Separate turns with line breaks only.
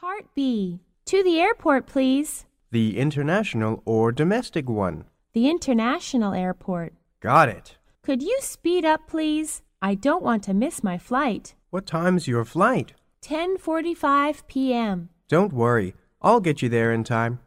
Part B. To the airport, please.
The international or domestic one.
The international airport.
Got it.
Could you speed up, please? I don't want to miss my flight.
What time's your flight?
10:45 p.m.
Don't worry, I'll get you there in time.